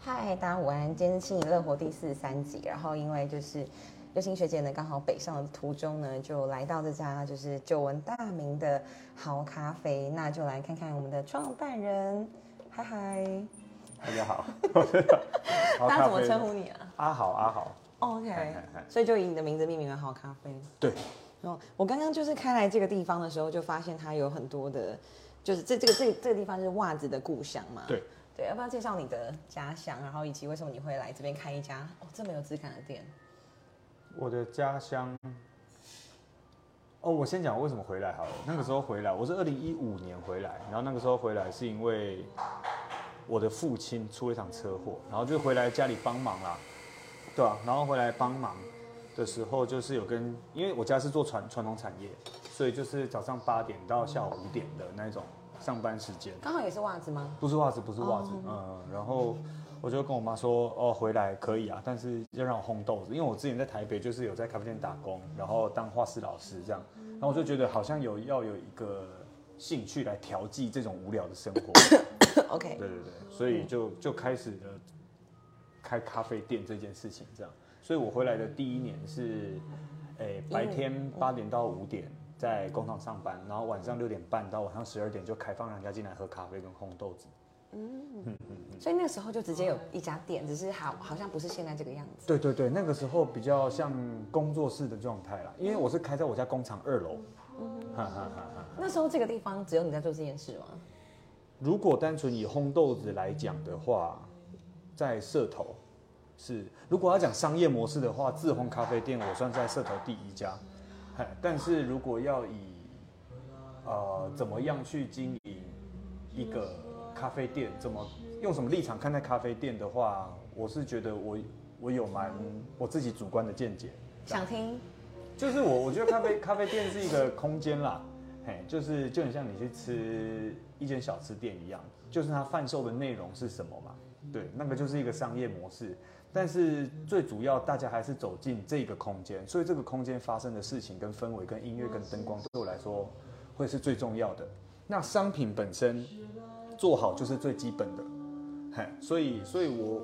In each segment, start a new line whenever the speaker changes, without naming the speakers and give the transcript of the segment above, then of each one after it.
嗨，大家午安！今天是新颖乐活第四十三集，然后因为就是刘星学姐呢，刚好北上的途中呢，就来到这家就是久闻大名的好咖啡，那就来看看我们的创办人，嗨嗨，
大 家好，
大家怎么称呼
你？
你啊
阿豪，阿豪，
哦？OK，
嗨嗨
所以就以你的名字命名为好咖啡。
对，
然后我刚刚就是开来这个地方的时候，就发现它有很多的，就是这这个这个这个地方就是袜子的故乡嘛。
对
对，要不要介绍你的家乡，然后以及为什么你会来这边开一家哦这么有质感的店？
我的家乡。哦，我先讲我为什么回来好了。那个时候回来，我是二零一五年回来，然后那个时候回来是因为我的父亲出了一场车祸，然后就回来家里帮忙啦，对啊，然后回来帮忙的时候，就是有跟，因为我家是做传传统产业，所以就是早上八点到下午五点的那种上班时间。
刚好也是袜子 吗？
不是袜子，不是袜子，嗯，然后我就跟我妈说，哦，回来可以啊，但是要让我烘豆子，因为我之前在台北就是有在咖啡店打工，然后当画室老师这样，然后我就觉得好像有要有一个兴趣来调剂这种无聊的生活，对
OK，
对对，所以就就开始了开咖啡店这件事情这样，所以我回来的第一年是，诶，白天八点到五点。在工厂上班，然后晚上六点半到晚上十二点就开放让人家进来喝咖啡跟烘豆子。
所以那个时候就直接有一家店，只是好好像不是现在这个样子。
对对对，那个时候比较像工作室的状态啦，因为我是开在我家工厂二楼。哈哈哈哈
那时候这个地方只有你在做这件事吗？
如果单纯以烘豆子来讲的话，在社头是，如果要讲商业模式的话，自烘咖啡店我算在社头第一家。嘿但是如果要以呃怎么样去经营一个咖啡店，怎么用什么立场看待咖啡店的话，我是觉得我我有蛮我自己主观的见解。
想听？
就是我，我觉得咖啡咖啡店是一个空间啦，嘿，就是就很像你去吃一间小吃店一样，就是它贩售的内容是什么嘛，对，那个就是一个商业模式。但是最主要，大家还是走进这个空间，所以这个空间发生的事情、跟氛围、跟音乐、跟灯光，对我来说会是最重要的。那商品本身做好就是最基本的，嘿，所以，所以我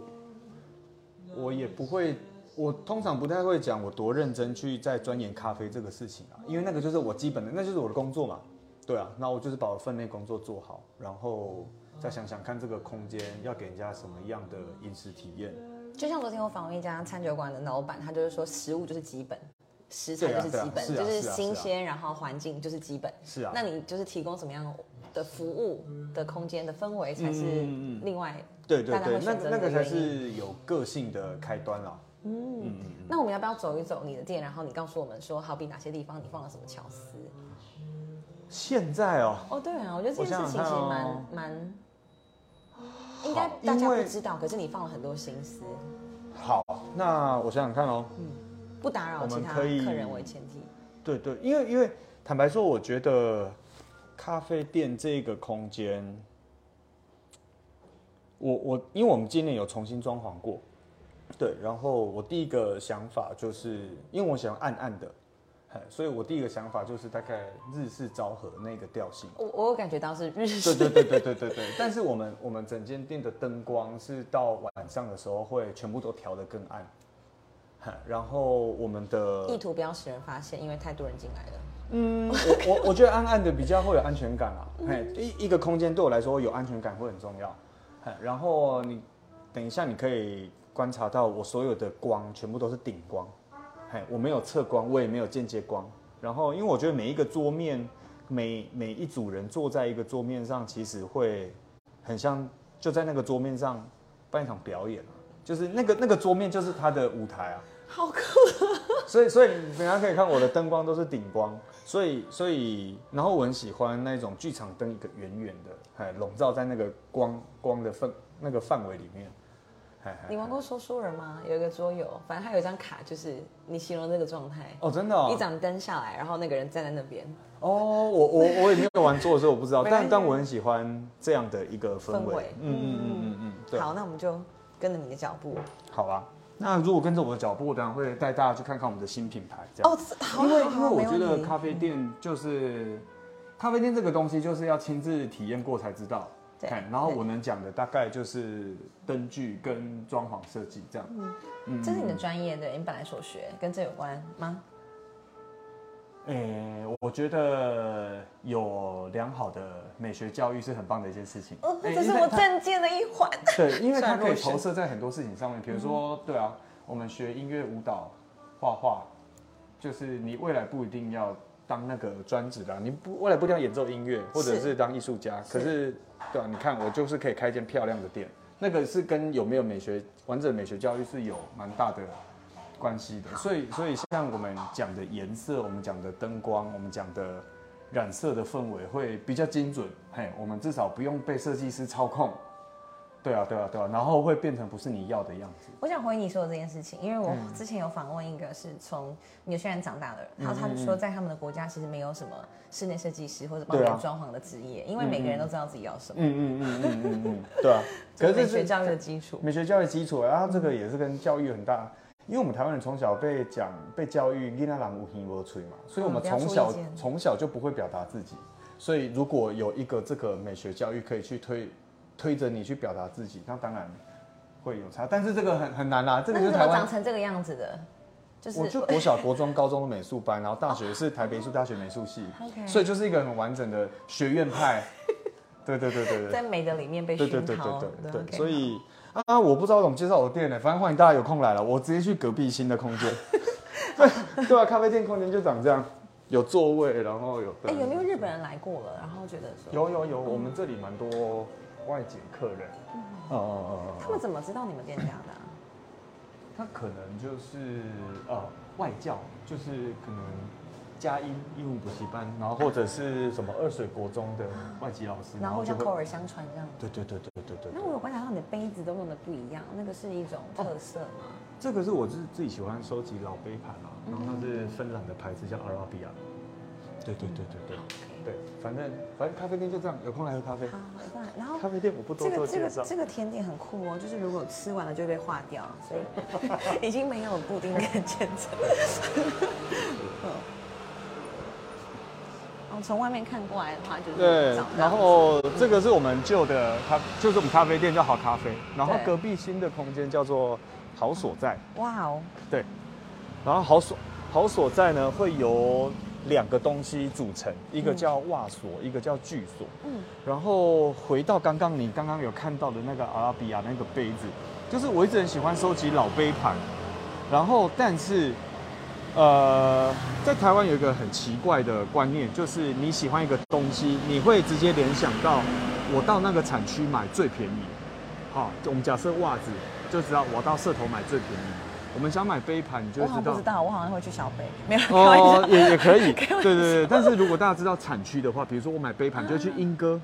我也不会，我通常不太会讲我多认真去在钻研咖啡这个事情啊，
嗯
因为那个就是我基本的，那就是我的工作嘛。对啊，那我就是把我分内工作做好，然后再想想看这个空间要给人家什么样的饮食体验。
就像昨天我访问一家餐酒馆的老板，他就是说食物就是基本，食材
对啊
就是基本，
对啊是啊
就是
啊是啊
新鲜，然后环境就是基本。
是啊
那，你就是提供什么样的服务的空间的氛围才是
嗯嗯
另外。
对对
大家会
对，那
选择的
个那个才
原因
是有个性的开端啦。
那我们要不要走一走你的店，然后你告诉我们说，好比哪些地方你放了什么巧思？
现在哦，
哦，对啊，我觉得这件事情
我
其
想
实
想看
蛮
哦
蛮，应该大
因
家不
为
知道，可是你放了很多心思，
好，那我想想看哦。
不打扰
我们
其他
可以
客人为前提。
对对，因为因为坦白说，我觉得咖啡店这个空间，我我因为我们今年有重新装潢过，对，然后我第一个想法就是，因为我喜欢暗暗的，嘿所以我第一个想法就是大概日式昭和那个调性。
我我有感觉到是日式
对对对对对对对。但是我们我们整间店的灯光是到晚上的时候会全部都调得更暗，嘿然后我们的
意图不要使人发现，因为太多人进来了。
嗯，我我我觉得暗暗的比较会有安全感啦。嘿，一一个空间对我来说有安全感会很重要。嘿，然后你等一下你可以观察到我所有的光全部都是顶光，嘿，我没有侧光，我也没有间接光。然后因为我觉得每一个桌面，每每一组人坐在一个桌面上，其实会很像就在那个桌面上办一场表演啊，就是那个那个桌面就是他的舞台啊。
好酷！啊
所以，所以你等一下可以看我的灯光都是顶光，所以，所以，然后我很喜欢那种剧场灯一个圆圆的，哎，笼罩在那个光光的氛那个范围里面。哎哎
你玩过说书人吗？有一个桌游，反正它有一张卡，就是你形容这个状态，
哦，真的哦
一，盏灯下来，然后那个人站在那边，
哦，我我我也没有玩做，所以我不知道，
没关
但
系
但我很喜欢这样的一个氛
氛围
围。嗯嗯嗯嗯嗯，对，
好，那我们就跟着你的脚步。
好啊。那如果跟着我的脚步，我当然会带大家去看看我们的新品牌，这样。
哦，这好，
因为
好
因为
好
我
没
觉
问
得
题。
咖啡店就是咖啡店这个东西，就是要亲自体验过才知道。
对
哎然后我能讲的大概就是灯具跟装潢设计这样。
嗯这是
嗯
你的专业，对你本来所学跟这有关吗？
诶、我觉得有良好的美学教育是很棒的一件事情。
哦，
诶
这是
因为
我证件的一环。
对，因为它
算
可以
入选嗯
投射在很多事情上面，比如说，对啊，我们学音乐、舞蹈、画画，就是你未来不一定要当那个专职的啊，你不未来不一定要演奏音乐，或者
是
是当艺术家。可是，对啊，你看我就是可以开一间漂亮的店，那个是跟有没有美学完整的美学教育是有蛮大的关系的。所以，所以像我们讲的颜色，我们讲的灯光，我们讲的。染色的氛围会比较精准，嘿，我们至少不用被设计师操控，对啊，对啊，对啊，然后会变成不是你要的样子。
我想回你说的这件事情，因为我
嗯
之前有访问一个是从纽西兰长大的人，然后
嗯
他说在他们的国家其实没有什么室内设计师或者帮
对啊嗯
人装潢的职业，因为每个人都知道自己要什么，
嗯嗯嗯嗯嗯嗯，对啊。可
这是
是
美
这
学
是
教育的基础。
美学教育基础啊，然后这个也是跟教育很大，因为我们台湾人从小被讲被教育囡仔人无听无吹嘛，所以我们
嗯不要
从
说
小
意见
从小就不会表达自己，所以如果有一个这个美学教育可以去推推着你去表达自己，那当然会有差，但是这个很很难啦、啊这
那
个
你
是
怎
台
么
湾
长。成这个样子的？就是
我就国小、国中、高中的美术班，然后大学是台北艺术大学美 术系
OK
所以就是一个很完整的学院派。对对对对对，
在美的里面被
对
熏
对对
陶
对对对，
OK，
所以啊，我不知道怎么介绍我的店呢，反正欢迎大家有空来了，我直接去隔壁新的空 间。对对啊，咖啡店空间就长这样，有座位，然后有
好哎、有没有日本人来过了，然后觉得说
有有有，我们这里蛮多外籍客人。哦哦哦
嗯他
哦，
们怎么知道你们店家的啊、
嗯他可能就是呃外教，就是可能。佳音义务补习班，然后或者是什么二水国中的外籍老师，
然后
就
像
会
口耳相传这样子。
对对对对对对
那
对。
我有观察到你的杯子都弄得不一样，那个是一种特色吗？
这个是我自自己喜欢收集老杯盘啊，
嗯
然后它是芬兰的牌子叫阿拉比亚。对对对对对对，反正反正咖啡店就这样，有空来喝咖啡。
啊，没办法。然后
咖啡店我不多
这个
做
这
介
个
绍。
这个甜点很酷哦，就是如果吃完了就会被化掉，所 以 已经没有布丁跟千层。嗯哦，从外面看过来的话，就是
对
长，这
然
样
后这个是我们旧的咖，就是我们咖啡店叫好咖啡，然后
对
隔壁新的空间叫做好所在，
哇哦，
对，然后好所好所在呢会由两个东西组成，一个叫袜所，一个叫聚所。
嗯，
然后回到刚刚你刚刚有看到的那个阿拉比亚那个杯子，就是我一直很喜欢收集老杯盘，然后但是，呃，在台湾有一个很奇怪的观念，就是你喜欢一个东西，你会直接联想到我到那个产区买最便宜，好，我们假设袜子就知道我到社头买最便宜，我们想买杯盘你就
我
会
好像
知
不
道
知。道，我 好像会去小杯，没有开玩
哦
笑，。
也也可以，
开玩
对
笑
对对。但是如果大家知道产区的话，比如说我买杯盘就会去
啊
英歌，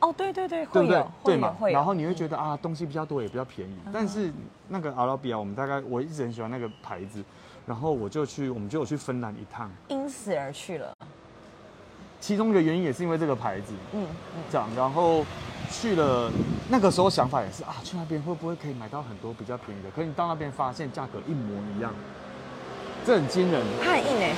哦，对对对，
对
会
不对
有？会
对
有
嘛？
会有。嗯
然后你会觉得啊，东西比较多也比较便宜。但是那个阿拉比亚，我们大概我一直很喜欢那个牌子，然后我就去，我们就有去芬兰一趟。
因此而去了，
其中一个原因也是因为这个牌子，
嗯
这样，然后去了那个时候想法也是啊，去那边会不会可以买到很多比较便宜的？可是你到那边发现价格一模一样，这很惊人。
嗯，它很硬哎，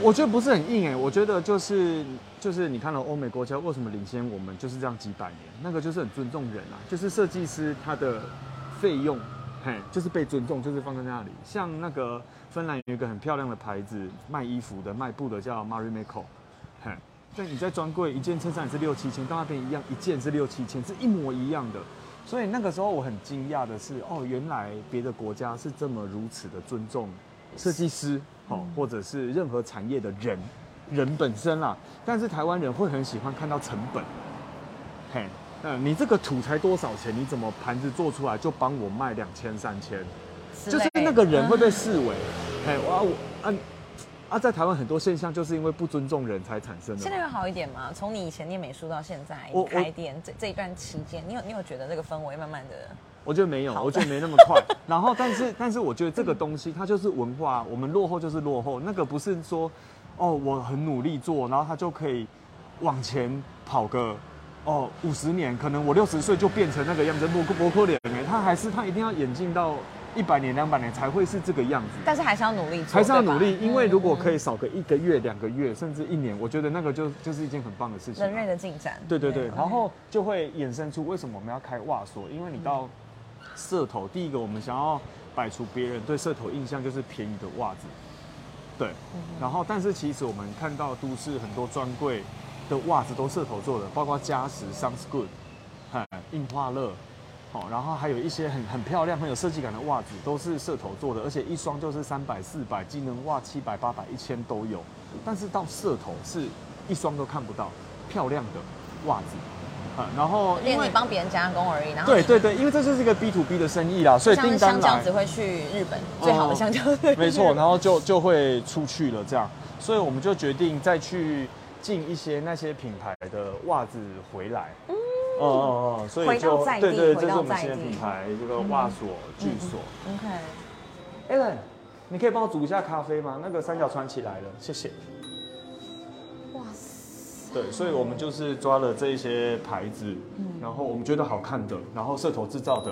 我觉得不是很硬哎、我觉得就是就是你看到欧美国家为什么领先我们，就是这样几百年，那个就是很尊重人啊，就是设计师他的费用，嘿，就是被尊重，就是放在那里。像那个芬兰有一个很漂亮的牌子，卖衣服的、卖布的叫 Marimekko，嘿，但你在专柜一件衬衫也是六七千，到那边一样一件是六七千，是一模一样的。所以那个时候我很惊讶的是，哦，原来别的国家是这么如此的尊重设计师，哦，或者是任何产业的人，人本身啦。但是台湾人会很喜欢看到成本，嘿，嗯、你这个土才多少钱？你怎么盘子做出来就帮我卖两千三千？
之
就是
类的
那个人会被视为，嘿，哇，我啊啊，在台湾很多现象就是因为不尊重人才产生的
现。在有好一点吗？从你以前念美术到现在
我我
开店这这一段期间，你有你有觉得这个氛围慢慢的
我觉得没有，
好
我觉得没那么快。 然后，但是，但是，我觉得这个东西它就是文化，我们落后就是落后。那个不是说，哦，我很努力做，然后它就可以往前跑个，哦，欸五十年，可能我六十岁就变成那个样子，博克博克脸哎，他还是他一定要演进到一百年、两百年才会是这个样子。
但是还是要努力做，
还是要
对吧
努力，因为
嗯
如果可以少个一个月、两个月，甚至一年，我觉得那个就就是一件很棒的事情
嗯
啊。
人类的进展。
对对对，然后就会衍生出为什么我们要开袜所，因为你到社头，第一个我们想要摆除别人对社头印象就是便宜的袜子，对，然后但是其实我们看到都市很多专柜的袜子都社头做的，包括嘉实、Sounds Good、很印哎化乐。哦，然后还有一些很很漂亮、很有设计感的袜子，都是社头做的，而且一双就是三百、四百，机能袜七百、八百、一千都有。但是到社头是一双都看不到漂亮的袜子，啊，然后因
练你
为
帮别人加工而已，然后
对对对，因为这就是一个 B to B 的生意啦，所以
像
订
是
单
香蕉
来
只，会去日本，最好的香蕉会去
没错，
日本
然后就就会出去了这样，所以我们就决定再去进一些那些品牌的袜子回来。嗯哦哦，所以
回到
就
在地
对对，
回
这是
到
我们
在
新的
地嗯
品牌，这个袜所聚所。
OK，
Alan，你可以帮我煮一下咖啡吗？那个三角穿起来了，谢谢。
哇塞，
对，所以我们就是抓了这一些牌子，
嗯
然后我们觉得好看的，然后社头制造的，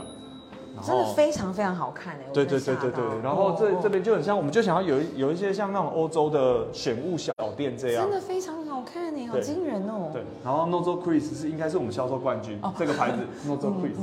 然
真的
后
非常非常好看哎，我
对
真
对
的
对对
吓到
对，然后这
哦
这边就很像，我们就想要有一有一些像那种欧洲的选物小店这样
真。的非常好看哎，好
对
惊人哦，
对，然后 Nozo Chris 是应该是我们销售冠军，这个牌子
嗯
Nozo Chris。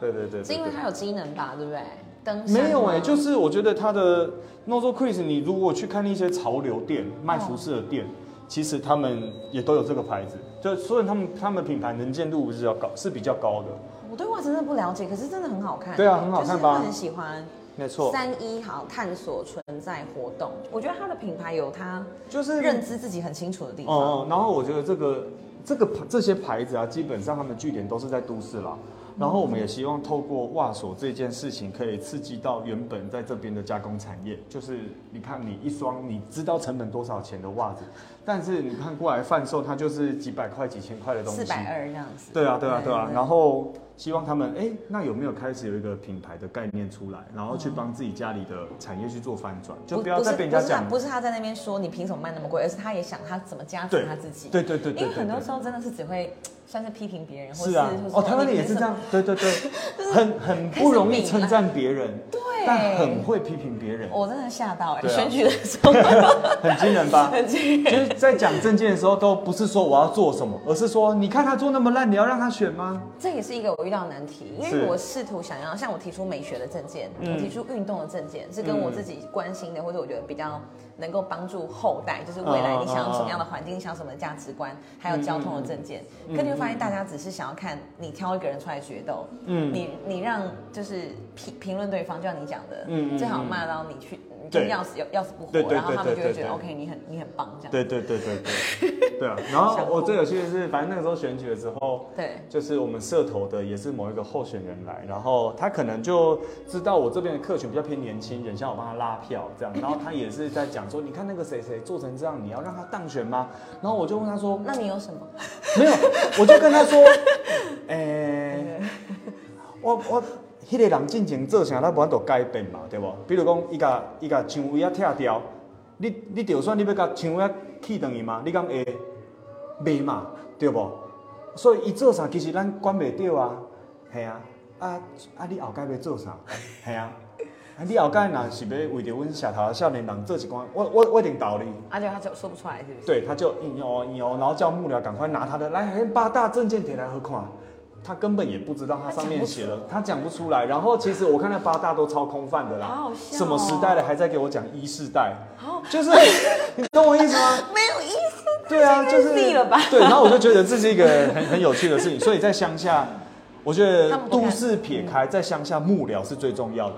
对对对对，
是因为
对
它有机能吧，对不啊对？登山
没有
吗
哎、就是我觉得它的 Nozo Quiz，你如果去看一些潮流店、卖服饰的店，
哦
其实他们也都有这个牌子，就所以他们他们品牌能见度是比较高，是比较高的。
我对袜子真的不了解，可是真的很好看，
对啊很好
就
看吧
是我很喜欢。
没错，
三一好探索存在活动，我觉得它的品牌有它
就是
认知自己很清楚的地方。
哦、然后我觉得这个这个牌这些牌子啊，基本上他们据点都是在都市啦。然后我们也希望透过袜所这件事情，可以刺激到原本在这边的加工产业。就是你看，你一双你知道成本多少钱的袜子，但是你看过来贩售，它就是几百块、几千块的东西。
四百二这样子。
对啊，对啊，对啊。然后希望他们，哎，那有没有开始有一个品牌的概念出来，然后去帮自己家里的产业去做翻转，就不要再被人家
不是他
讲。
不是他在那边说你凭什么卖那么贵，而是他也想他怎么加
对
持他自己。
对对对对对。
因为很多
对
时候真的是只会算是批评别人，或
是啊
或，说
哦，台湾人
你
也
凭
是
什
这
么
样，对 对对，很很不容易称赞别人，对但很会批评别人，
我真的吓到哎、
对啊
选举的时候
很惊 人吧？
很惊
就
人。
是在讲证件的时候，都不是说我要做什么，而是说你看他做那么烂，你要让他选吗？
这也是一个我遇到的难题，因
是嗯
为我试图想要像我提出美学的证件，我提出运动的证件，是跟我自己关心的，或者我觉得比较能够帮助后代，就是未来
嗯嗯
你想要什么
嗯
样的环境，想要什么价值观，还有交通的证件。可你会发现，大家只是想要看你挑一个人出来决斗，
嗯
你你让就是评评论对方，就像你讲的，
嗯嗯嗯
最好骂到你去，你就是
对
要死要要死不
对
活，
对
然后
对
他们就
对
会觉
对
得
对
OK，你很你很棒这样。
对对对对 对，对啊。然后我最有趣的是，反正那个时候选举的时候，
对
就是我们社头的也是某一个候选人来，然后他可能就知道我这边的客群比较偏年轻人，像我帮他拉票这样，然后他也是在讲说，你看那个谁谁做成这样，你要让他当选吗？然后我就问他说，
那你有什么？
没有，我就跟他说， 诶、哎我我迄、个人进前做啥，咱无法度改变嘛，对无？比如讲，伊甲伊甲蔷薇啊拆掉，你你就算你要甲蔷薇啊去断去嘛，你敢会袂嘛，对无？所以伊做啥，其实咱管袂着啊，系啊，啊啊，你后摆要做啥，系啊。啊！你后摆若是要为着阮社头的少年人做一寡，我我我一定道理。
而且他就说不出来，是不是？
对，他就硬哦硬哦，然后叫幕僚赶快拿他的来八大证件给来合款。他根本也不知道他上面写了，他讲不出来。然后其实我看那八大都超空泛的啦，
好好笑哦
什么时代的还在给我讲一世代，
好
就是你懂我意思吗？
没有意思。
对啊，
这
就
应该是
是
腻了吧
对，然后我就觉得这是一个很 很有趣的事情。所以在乡下，我觉得
他们都
都
看
市撇开，在乡下幕僚是最重要的。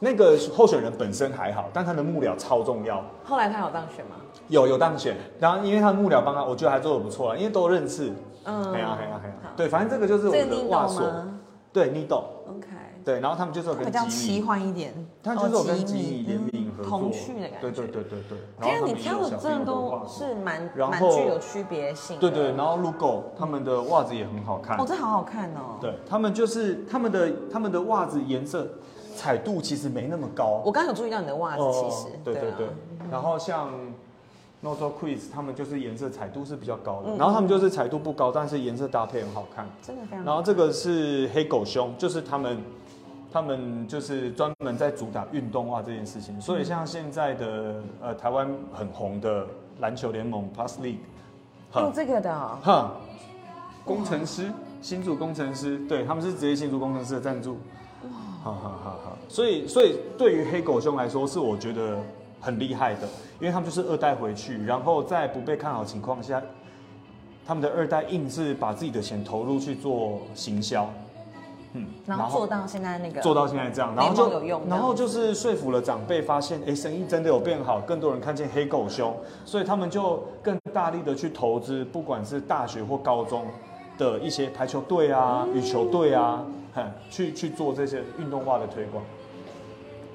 那个候选人本身还好，但他的幕僚超重要。
后来他有当选吗？
有有当选，然后因为他幕僚帮他，我觉得还做的不错啊，因为都认识。
嗯
哎呀哎呀哎呀
好，
对，反正这个就是
这
我
个
们的
你
袜
懂
所，
吗
对你懂，
？OK，
对，然后他们就是有
比
跟
较
吉
奇
米，
幻一点，哦
他们就是有跟吉米联名合
嗯
作，
童趣的感觉。
对对对对对。然
天
后
啊，
他
你
们也
挑
有
的
小
真的
朋友
都
袜所
是蛮
然
蛮
后
具有区别性的。
对对，然后 Lugo 他们的袜子也很好看
哦，，这好好看哦。
对他们就是他们的他们的袜子颜色彩度其实没那么高，
我刚刚有注意到你的袜子，其
哦，
实
对对
啊
对。然后像 Nozo Quiz，他们就是颜色彩度是比较高
嗯
的，然后他们就是彩度不高，但是颜色搭配很好看。
嗯真的非常
然
好。
后这个是黑狗熊，就是他们他们就是专门在主打运动化这件事情，所以像现在的呃台湾很红的篮球联盟 Plus League，
用这个的哦、
哈，工程师，新竹工程师，对，他们是职业新竹工程师的赞助。好好好好，所以所以对于黑狗兄来说，是我觉得很厉害的，因为他们就是二代回去，然后在不被看好情况下，他们的二代硬是把自己的钱投入去做行销，嗯，
然后做到现在那个
做到现在这样，然后
联盟有用
就
的
然后就是说服了长辈，发现哎，生意真的有变好，更多人看见黑狗熊，所以他们就更大力的去投资，不管是大学或高中的一些排球队啊、
嗯
羽球队啊，哼，去去做这些运动化的推广。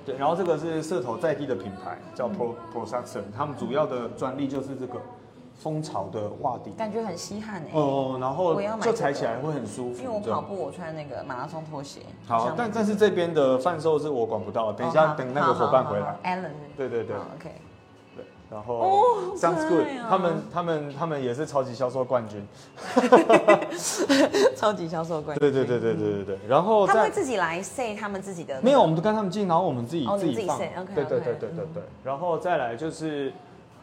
对，然后这个是社头在地的品牌，叫
嗯
Pro Pro s u c t i o n 他们主要的专利就是这个蜂巢的袜底。
感觉很稀罕哎、
哦，然后
我要买
就
这
踩
个
起来会很舒服。
因为我
这
跑
样
步我穿那个马拉松拖鞋。
好，
像
但但是这边的贩售是我管不
哦
到，等一下等那个伙伴回来。
Allen。
对对对
好，OK。
对，然
哦
后
好可
Sounds Good，
爱哦
他们他们他们也是超级销售冠军。
超级销售冠军。
对对对对对对对，然后
他们
在
会自己来 say 他们自己的。
没有，我们都跟他们进，然后我们自己
哦你们自己
放。
set，OK，OK
对对对对对对，然后再来就是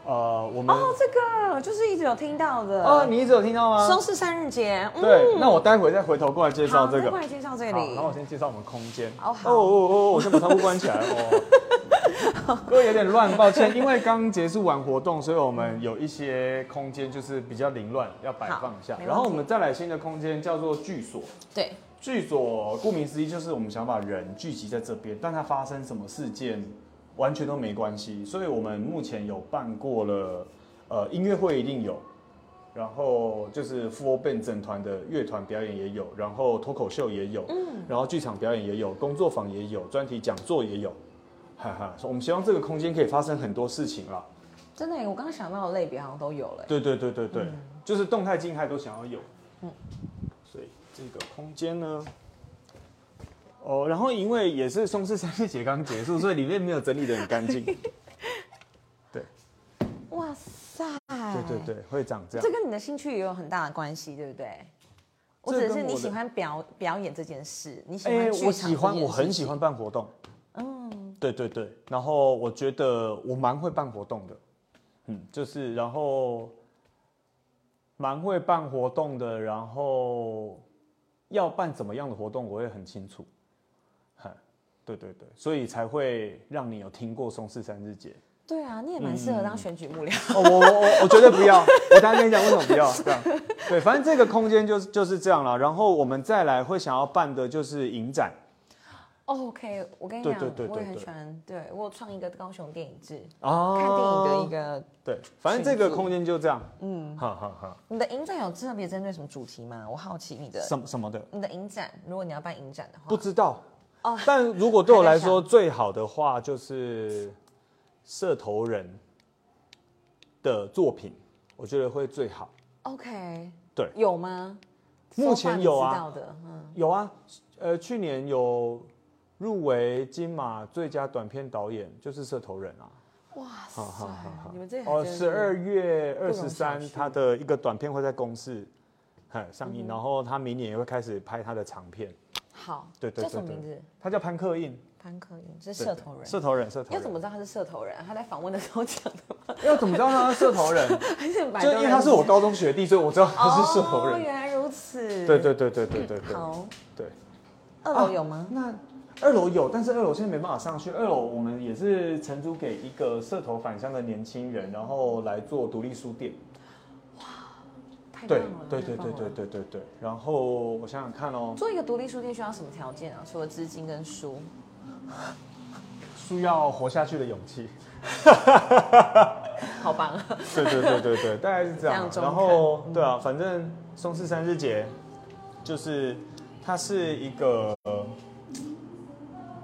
呃，我们
哦，这个就是一直有听到的。
哦，你一直有听到吗
收？视三日节。嗯，
对，那我待会再回头过来介绍
好，
这
再
个
过。来介绍这
好，
里
然。后我先介绍我们空间。
哦好
哦哦哦，我先把窗户关起来哦。各位有点乱，抱歉，因为刚结束完活动，所以我们有一些空间就是比较凌乱，要摆放一下
好。没问题
然后我们再来新的空间叫做聚所。
对，
聚所顾名思义就是我们想把人聚集在这边，但它发生什么事件完全都没关系。所以我们目前有办过了，呃，音乐会一定有，然后就是 Four Band 整团的乐团表演也有，然后脱口秀也有，然后剧场表演也有，工作坊也有，专题讲座也有，哈哈。我们希望这个空间可以发生很多事情啊啦。
真的耶，我刚刚想到的类别好像都有了耶。
对对对对对，就是动态静态都想要有。所以这个空间呢，哦，然后因为也是松狮三日节刚结束，所以里面没有整理的很干净。对
哇塞。
对对对，会长这样
这。跟你的兴趣也有很大的关系，对不对？我
这
指的
跟
是
我
你
的
喜欢表表演这件事，你喜
哎、
欢剧场、
我喜欢，我很喜。欢办活动。嗯，对对对，然后我觉得我蛮会办活动的，嗯，就是然后蛮会办活动的，然后要办怎么样的活动，我会很清楚。嗨，对对对，所以才会让你有听过松狮三日节。
对啊，你也蛮适合当选举幕僚。
哦，我我我我绝对不要，我当然跟你讲为什么不要，这样，对，反正这个空间就是就是这样了。然后我们再来会想要办的就是影展，
哦 OK，我跟你
对
讲
对对，
我也
对
很
对
喜欢。对我有创一个高雄电影制，
哦
看电影的一个。
对，反正这
群
个
组
空间就这样。嗯，好好好，
你的影展有特别针对什么主题吗？我好奇你的。
什么什么的
你的影展，如果你要办影展的话，
不知道。
哦
但如果对我
还在
来说最好的话，就是社头人的作品，我觉得会最好。
OK，
对，
有吗？
目前有
说话
啊
你知道的，嗯，
有啊，呃，去年有入围金马最佳短片导演，就是社头人啊。
哇塞
好好好好，
你们这还
哦，
真是
十二月
不
二
容
十
小嗯
三
觑，
他的一个短片会在公视哎上映，然后他明年也会开始拍他的长片，
好，
对对对
叫什么
对
名字？
他叫潘克印，
潘克云，这是
对
社头人。
社头人，社头
要
人。
怎么知道他是社头人？他在访问的时候讲的吗？
要怎么知道他是社头人？
还是百
就
度
因为他是我高中学弟，所以我知道他是社头
哦，
人。
原来如此。
对对对对对对啊对
好，
对。
二楼有吗？
那二楼有，但是二楼现在没办法上去。二楼我们也是承租给一个社头返乡的年轻人，然后来做独立书店。
太棒
对
了，
对
太
对
棒
对对
了。
对对对。然后我想想看哦，
做一个独立书店需要什么条件啊？除了资金跟书，
需要活下去的勇气。
好棒啊！
对对对对对，大概是这样。啊
非常中肯
然后对啊，反正松狮三日节就是它是一个、呃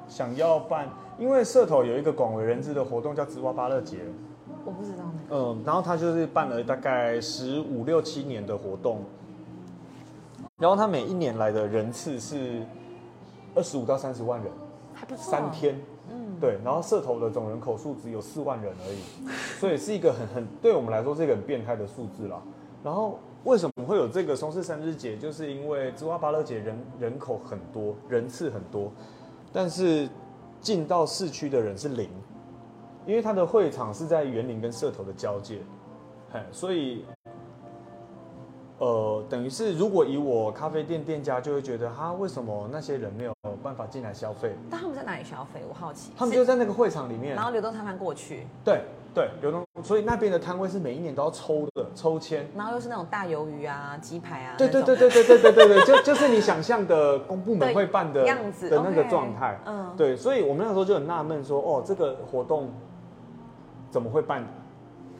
想要办，因为社头有一个广为人知的活动叫“直哇巴乐节”，
我不知道那个。
嗯，然后他就是办了大概十五六七年的活动，然后他每一年来的人次是二十五到三十万人。
还不错，啊
三，天，嗯，对，然后社头的总人口数只有四万人而已，所以是一个很很对我们来说是一个很变态的数字啦。然后为什么会有这个松狮三日节？就是因为芝花巴乐节人人口很多，人次很多，但是进到市区的人是零，因为它的会场是在园林跟社头的交界，嘿，所以。呃，等于是如果以我咖啡店店家就会觉得，哈，为什么那些人没有办法进来消费？
但他们在哪里消费？我好奇。
他们
是
就在那个会场里面
然，后流动摊贩过去，
对对，流动，所以那边的摊位是每一年都要抽的，抽签。
然后又是那种大鱿鱼啊、鸡排啊，
对对对
那种
对对对对对对，就就是你想象的公部门
对
会办的
样子
的那个
OK，
状态。
嗯
对，所以我们那时候就很纳闷说，哦，这个活动怎么会办？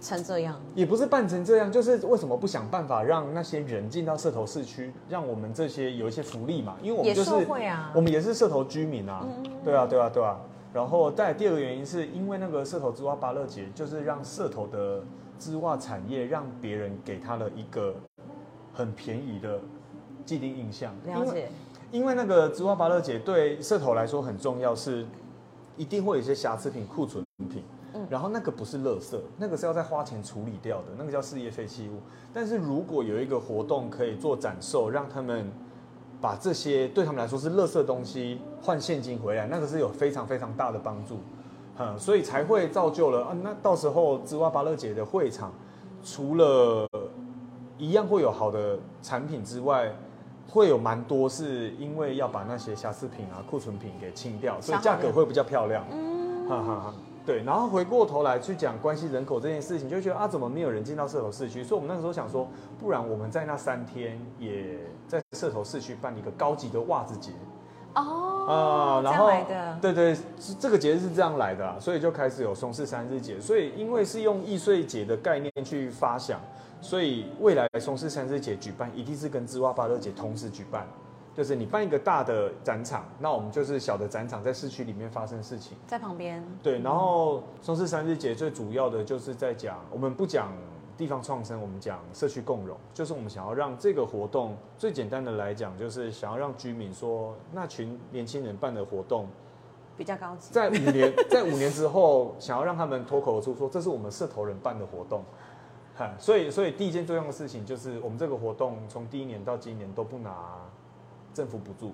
成这样。
也不是办成这样，就是为什么不想办法让那些人进到社头市区，让我们这些有一些福利嘛？因为我们
也
就是
受惠啊嗯
我们也是社头居民啊，对啊，对啊，对啊。然后再来第二个原因是因为那个社头织袜芭乐节，就是让社头的织袜产业让别人给他了一个很便宜的既定印象，
了
因为
解，
因为那个植花芭乐节对社头来说很重要，是一定会有一些瑕疵品、库存品，然后那个不是垃圾，那个是要再花钱处理掉的，那个叫事业废弃物。但是如果有一个活动可以做展售，让他们把这些对他们来说是垃圾的东西换现金回来，那个是有非常非常大的帮助，嗯，所以才会造就了啊，那到时候植花芭乐节的会场，除了一样会有好的产品之外，会有蛮多是因为要把那些瑕疵品啊、库存品给清掉，所以价格会比较漂亮。嗯，哈哈哈。对，然后回过头来去讲关系人口这件事情，就觉得啊，怎么没有人进到社头市区？所以我们那时候想说，不然我们在那三天也在社头市区办一个高级的袜子节啊、
哦，这
然
样
后
来的，
对对，是这个节日是这样来的、啊，所以就开始有松氏三日节。所以因为是用易碎节的概念去发想，所以未来松氏三日节举办一定是跟织袜芭乐节同时举办。就是你办一个大的展场，那我们就是小的展场在市区里面发生事情。
在旁边
对，然后松氏三日节最主要的就是在讲，我们不讲地方创生，我们讲社区共融，就是我们想要让这个活动最简单的来讲，就是想要让居民说，那群年轻人办的活动，
比较高级。
在五年在五年之后，想要让他们脱口而出说，这是我们社头人办的活动。哈，所以所以第一件重要的事情就是，我们这个活动从第一年到今年都不拿政府补助。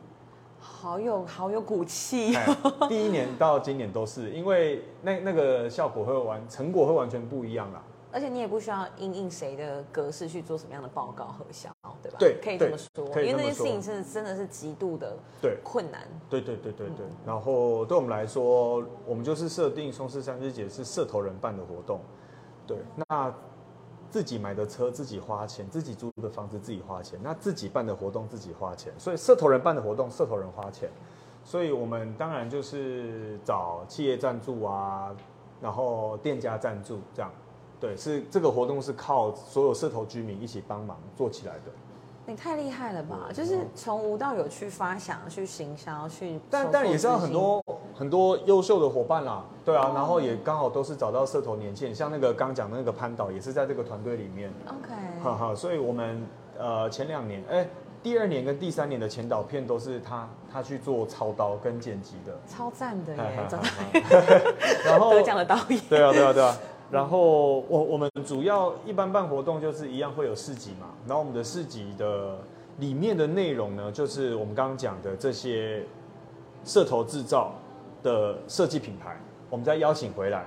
好有好有骨气，
哎第一年到今年都是，因为那那个效果会完，成果会完全不一样啦。
而且你也不需要因应谁的格式去做什么样的报告核销，对吧？
对
可以这
对
么说，
可以
因为那
这
件
么
事
说
情是真的是极度的
对，
困难。
对对对对对。然后对我们来说，我们就是设定松狮三日节是社头人办的活动，对，那。自己买的车自己花钱，自己租的房子自己花钱，那自己办的活动自己花钱，所以社头人办的活动社头人花钱，所以我们当然就是找企业赞助啊，然后店家赞助这样，对，是这个活动是靠所有社头居民一起帮忙做起来的。
你太厉害了
嗯
吧！就是从无到有去发想、去行销、去，
但但也是要很。多很多优秀的伙伴啦，对
哦
啊，然后也刚好都是找到社头年轻人，像那个刚讲的那个潘导也是在这个团队里面，
OK，
哈哈，所以我们呃前两年，哎、第二年跟第三年的前导片都是他他去做操刀跟剪辑的，
超赞的
哈
耶！
哈
找
哈
到
哈 然后
得奖的导演，
对啊，对啊，对啊。然后我我们主要一般办活动就是一样会有市集嘛，然后我们的市集的里面的内容呢，就是我们刚刚讲的这些社头制造的设计品牌，我们再邀请回来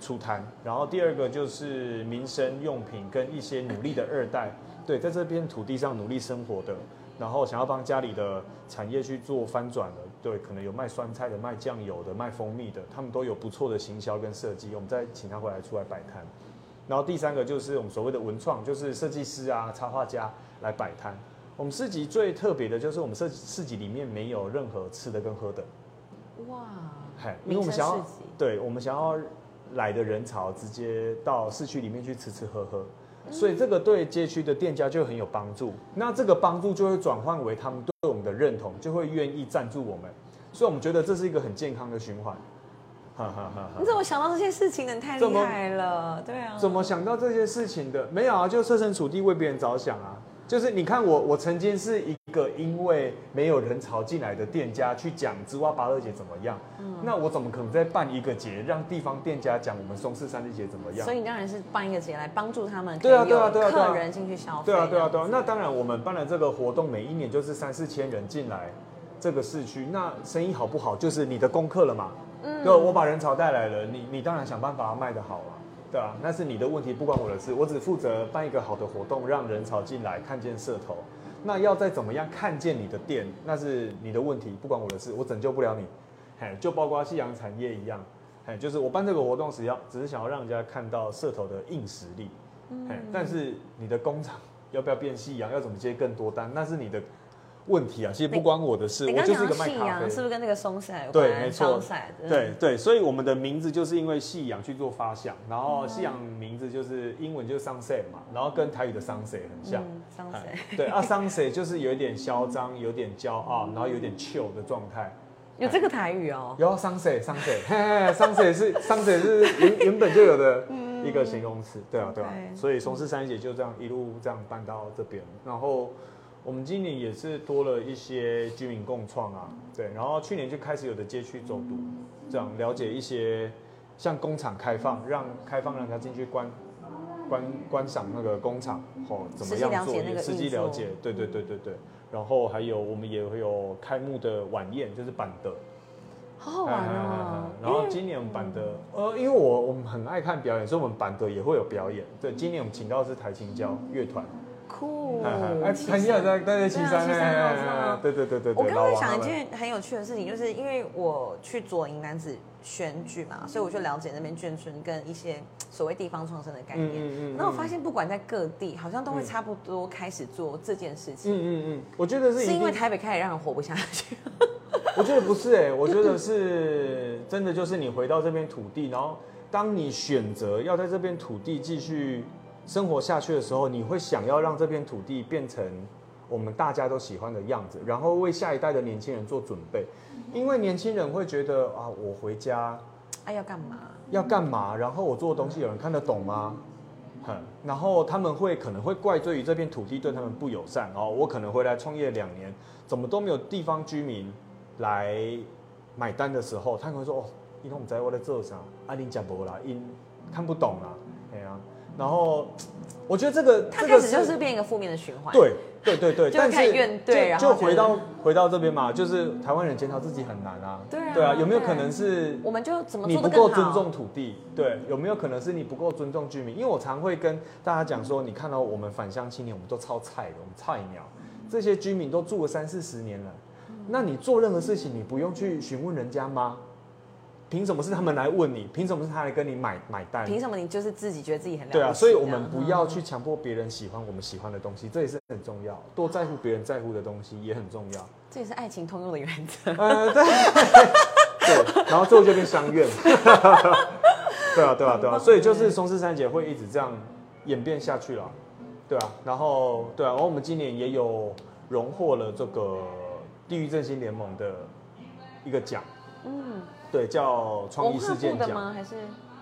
出摊。然后第二个就是民生用品跟一些努力的二代，对，在这片土地上努力生活的，然后想要帮家里的产业去做翻转的，对，可能有卖酸菜的、卖酱油的、卖蜂蜜的，他们都有不错的行销跟设计，我们再请他回来出来摆摊。然后第三个就是我们所谓的文创，就是设计师啊、插画家来摆摊。我们市集最特别的就是我们市市集里面没有任何吃的跟喝的，
哇！
嗨，因为我们想
民
要
生市集，
对我们想要来的人潮直接到市区里面去吃吃喝喝，所以这个对街区的店家就很有帮助。那这个帮助就会转换为他们对我们的认同，就会愿意赞助我们，所以我们觉得这是一个很健康的循环。哈哈哈哈
你。怎么想到这些事情的？你太
怎
厉
么
害了，对啊。
怎么想到这些事情的？没有啊，就设身处地为别人着想啊。就是你看我，我曾经是一个因为没有人潮进来的店家去讲织袜芭乐节怎么样，那我怎么可能再办一个节，让地方店家讲我们松狮三日节怎么样
所？以你当然是办一个节来帮助他们，可以
对啊对啊
有
对啊对啊
客人进去消费。
对啊，对啊，对
啊。
啊。那当然，我们办了这个活动，每一年就是三四千人进来这个市区，那生意好不好就是你的功课了嘛。嗯，对，我把人潮带来了，你你当然想办法卖得好啊，对啊，那是你的问题，不关我的事，我只负责办一个好的活动，让人潮进来看见社头。那要再怎么样看见你的店，那是你的问题，不关我的事，我拯救不了你。嘿，就包括夕阳产业一样，嘿，就是我办这个活动，只要只是想要让人家看到社头的硬实力，
嗯
嘿，哎但是你的工厂要不要变夕阳，要怎么接更多单，那是你的问题啊，其实不关我的事，
你
我
刚
就是一
刚
个
讲到
卖
信
咖
阳，
啡
是不。是跟那个松散有关？
对没错
松散
对，对，所以我们的名字就是因为夕阳去做发想，然
嗯
后夕阳名字就是英文就是 sunset 嘛，然后跟台语的 sunset 很像，
嗯，松散
哎对啊，sunset 就是有一点嚣张，有点骄傲，然后有点 chill 的状态。
有这个台语哦。
有 sunset sunset，嘿嘿嘿，sunset 是 sunset 是原原本就有的一个形容词，对啊对啊，
嗯对
所以松狮三姐就这样一路这样搬到这边，然后我们今年也是多了一些居民共创啊，
嗯
对，然后去年就开始有的街区走读，这样了解一些像工厂开放，让开放让他进去观观观赏那个工厂哦怎么样做
实际了解那
业，
个
实际
运作
了解，对对对对对，然后还有我们也会有开幕的晚宴，就是板德。
好好
哎
玩
哎哎哎
哦
哎！然后今年我们板德，呃，因为我我们很爱看表演，所以我们板德也会有表演。对，今年我们请到的是台青交乐团，
酷，
哎哎哎，
其
台青交
实
在在西山，
对啊西山
哎哎
我知道
哎哎对对对对对。
我刚刚在
老王
想
他
一
们
件很有趣的事情，就是因为我去左营男子选举嘛，所以我就了解那边眷村跟一些所谓地方创生的概念。
嗯嗯嗯
那我发现，不管在各地，好像都会差不多开始做这件事情。
嗯嗯嗯，我觉得是一
是因
定
为台北开始让人活不下去，
我觉得不是哎、我觉得是真的，就是你回到这片土地，然后当你选择要在这片土地继续生活下去的时候，你会想要让这片土地变成我们大家都喜欢的样子，然后为下一代的年轻人做准备，因为年轻人会觉得啊，我回家
哎、要干嘛？
要干嘛？然后我做的东西有人看得懂吗？哼，然后他们会可能会怪罪于这片土地对他们不友善哦。我可能回来创业两年，怎么都没有地方居民来买单的时候，他可能会说哦，因为我们在我在做啥，啊，你讲不啦，因看不懂啦，哎呀、然后我觉得这个
它
这
开
个
始就是变一个负面的循环。，
对对对对，
就
但
开
是
始怨对
就
然后
就
觉得
回到回到这边嘛，就是台湾人检讨自己很难啊，
对啊
有没有
对
可能是
我们就怎么
你
做
不
的
够
更
尊重
好？
土地，对，有没有可能是你不够尊重居民？因为我常会跟大家讲说，你看到我们返乡青年，我们都超菜的，我们菜鸟，这些居民都住了三四十年了，
嗯
那你做任何事情，你不用去询问人家吗？凭什么是他们来问你？凭什么是他来跟你买买单？
凭什么你就是自己觉得自己很了
对啊，
不起
所以我
这样
们不要
嗯
去强迫别人喜欢我们喜欢的东西，这也是很重要。多在乎别人在乎的东西也很重要。
嗯这也是爱情通用的原 则。
呃，对，对，然后最后就变相怨，对啊，对啊，对啊，所以就是松狮三姐会一直这样演变下去了，对啊，然后对啊，然后我们今年也有荣获了这个地狱振兴联盟的一个奖，
嗯，
对，叫创意
文化
事
部
件
的
奖，
吗？还是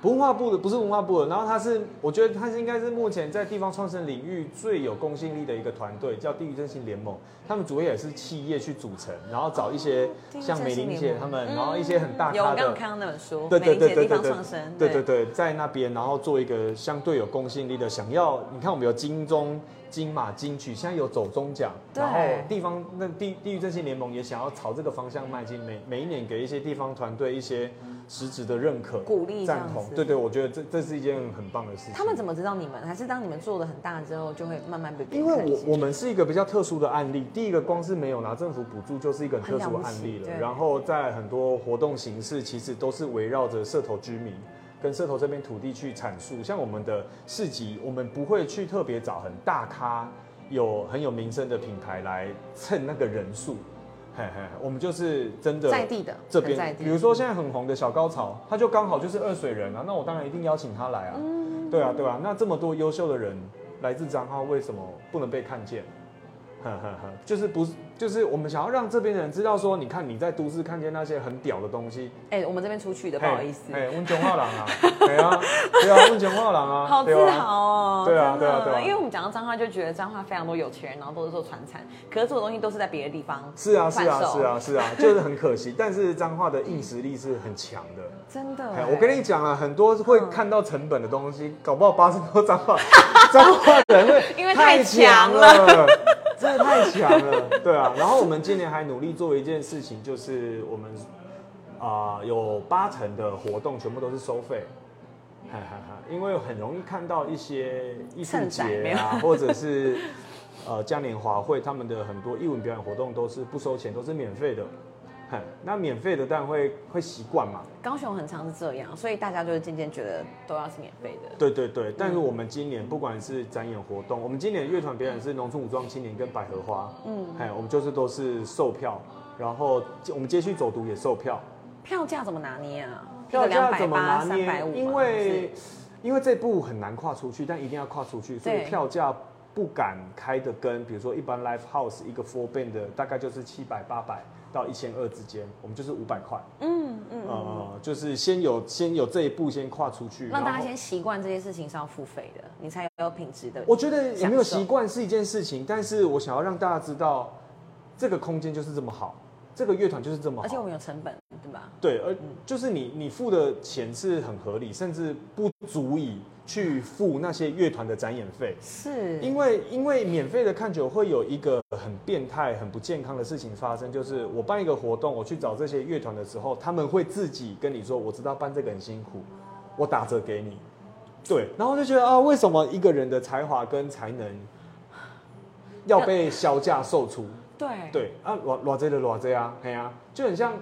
文化部的不是文化部的，然后他是，我觉得他是应该是目前在地方创生领域最有公信力的一个团队，叫地域振兴联盟。他们主要也是企业去组成，然后找一些
哦地狱
像
振
美
兴
玲
联
姐
盟
他们，
嗯
然后一些很大
有，
咖
我刚
的
刚，看到那本书，
对对
美玲
对
姐的地
对对
方
对
创生，
对对对，在那边，然后做一个相对有公信力的，想要你看我们有金钟、金马、金曲，现在有走中奖，
对
然后地方那地地域振兴联盟也想要朝这个方向迈进，每每一年给一些地方团队一些实质的认可、
鼓励这
赞
样
同，
子
对对，我觉得这这是一件很棒的事情。
他们怎么知道你们？还是当你们做的很大之后，就会慢慢被别
因
人
为
看见
我我们是一个比较特殊的案例，第一个光是没有拿政府补助就是一个很特殊的案
很了不
例
起。
了
对
然后在很多活动形式，其实都是围绕着社头居民跟社头这边土地去阐述。像我们的市集，我们不会去特别找很大咖、有很有名声的品牌来蹭那个人数，嘿嘿，我们就是真的
在地的
这
很在
边，
地
比如说现在很红的小高潮，他就刚好就是二水人啊，那我当然一定邀请他来啊。
嗯
对啊，对啊，那这么多优秀的人来自彰化，为什么不能被看见？ 呵呵呵，就是不是就是我们想要让这边的人知道说，你看你在都市看见那些很屌的东西，
哎、我们这边出去的，不好意思，
哎，温泉画廊啊， 对啊，对啊，温泉画廊 啊，
好自
对啊
豪哦，
对啊
真的
对啊对啊
因为我们讲到彰化，就觉得彰化非常多有钱人，然后都是做传产，可是做的东西都是在别的地方，
是啊，是啊，
贩售
是啊，是啊，就是很可惜，但是彰化的硬实力是很强的。
真的、欸
哎，我跟你讲啊，很多会看到成本的 东西，搞不好八成都脏话，脏话人会
因为太
太
强
了，真的太强了，对啊。然后我们今年还努力做一件事情，就是我们啊、有八成的活动全部都是收费，哈哈哈。因为很容易看到一些艺术
趁宰没
节
有
啊，或者是呃嘉年华会，他们的很多艺文表演活动都是不收钱，都是免费的。嘿那免费的当然会会习惯嘛，
高雄很常是这样，所以大家就是渐渐觉得都要是免费的。
对对对，但是
嗯
我们今年不管是展演活动，我们今年乐团表演是农村武装青年跟百合花，嗯，哎，我们就是都是售票，然后我们街区走读也售票，
票价怎么拿捏啊？
票
两
价
百
怎么
八、
拿
三百
捏
五？？
因为因为这步很难跨出去，但一定要跨出去，所以
对
票价不敢开的跟比如说一般 live house 一个 four band 的大概就是七百八百到一千二之间，我们就是五百块，
嗯嗯，
呃，就是先有先有这一步先跨出去，
让大家
然后
先习惯这些事情是要付费的，你才有品质的。
我觉得有没有
享受
习惯是一件事情，但是我想要让大家知道，这个空间就是这么好，这个乐团就是这么好，
而且我们有成本，对吧？
对，而就是你你付的钱是很合理，甚至不足以去付那些乐团的展演费。
是，
因为因为免费的看酒会有一个很变态、很不健康的事情发生，就是我办一个活动，我去找这些乐团的时候，他们会自己跟你说，我知道办这个很辛苦，我打折给你。对，然后就觉得啊，为什么一个人的才华跟才能要被销价售出？
对
对啊，偌偌这的偌这啊，嘿啊，就很像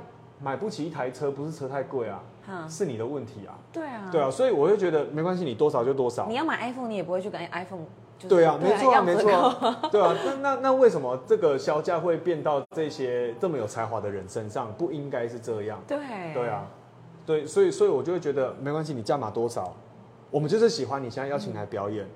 买不起一台车，不是车太贵啊，
嗯
是你的问题啊。
对啊，
对啊，所以我就觉得没关系，你多少就多少
你。要买 iPhone，你也不会去跟 iPhone 就是
对啊，没错啊，
要
没
折
错
扣
啊，对啊。那那那为什么这个销价会变到这些这么有才华的人身上？不应该是这样。
对
对啊，对，所以所以我就会觉得没关系，你价码多少，我们就是喜欢你现在邀请来表演，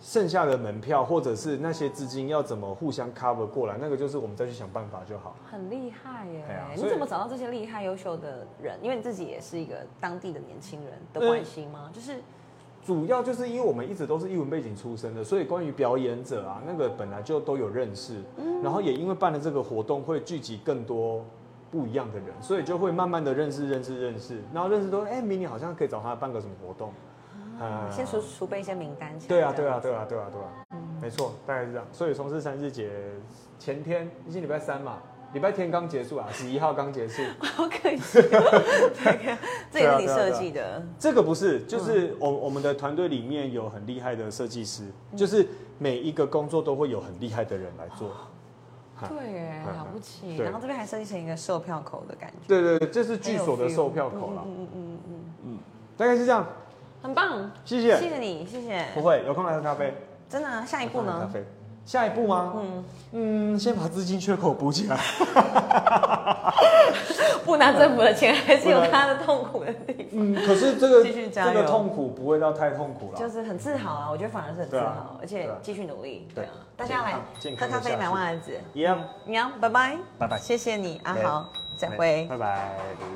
剩下的门票或者是那些资金要怎么互相 cover 过来，那个就是我们再去想办法就好。
很厉害耶
对啊！
你
所以
怎么找到这些厉害优秀的人？因为你自己也是一个当地的年轻人的
嗯
关系吗？就是
主要就是因为我们一直都是艺文背景出身的，所以关于表演者啊，那个本来就都有认识，然
嗯
后也因为办了这个活动，会聚集更多不一样的人，所以就会慢慢的认识、认识、认识，然后认识都哎，明年好像可以找他办个什么活动，啊
哦先储储备一些名单起来。
对啊，对
这样
啊，对啊，对啊，对啊，没错，大概是这样。所以从事三日节前天，已经礼拜三嘛，礼拜天刚结束啊，十一号刚结束。
好可惜哦，
啊
这也是你设计的，
这个不是，就是
嗯
我我们的团队里面有很厉害的设计师，就是每一个工作都会有很厉害的人来做。
哦
对啊对啊
对耶，
嗯
了不起。
对
然后这边还设计成一个售票口的感觉，
对对对，这是剧所的售票口啦。嗯嗯嗯嗯大概是这样。
很棒，
谢谢
谢谢你，谢谢。
不会，有空来喝咖啡。
真的啊，下一步
有空来喝咖
呢？
啡。下一步吗？嗯嗯，先把资金缺口补起来。
嗯 不拿政府的钱，还是有他的痛苦的地方。
嗯， 可是这个
继续加
这
油
个痛苦不会到太痛苦了。
就是很自豪啊，我觉得反而是很自
对
豪，
啊
而且
对啊
继续努力。
对
对啊，大家来
健康
喝
健康
咖
地下
啡
去
买袜子。
一样。
喵，拜拜，
拜拜
谢谢你，阿
对
嗯豪，再会。
拜拜。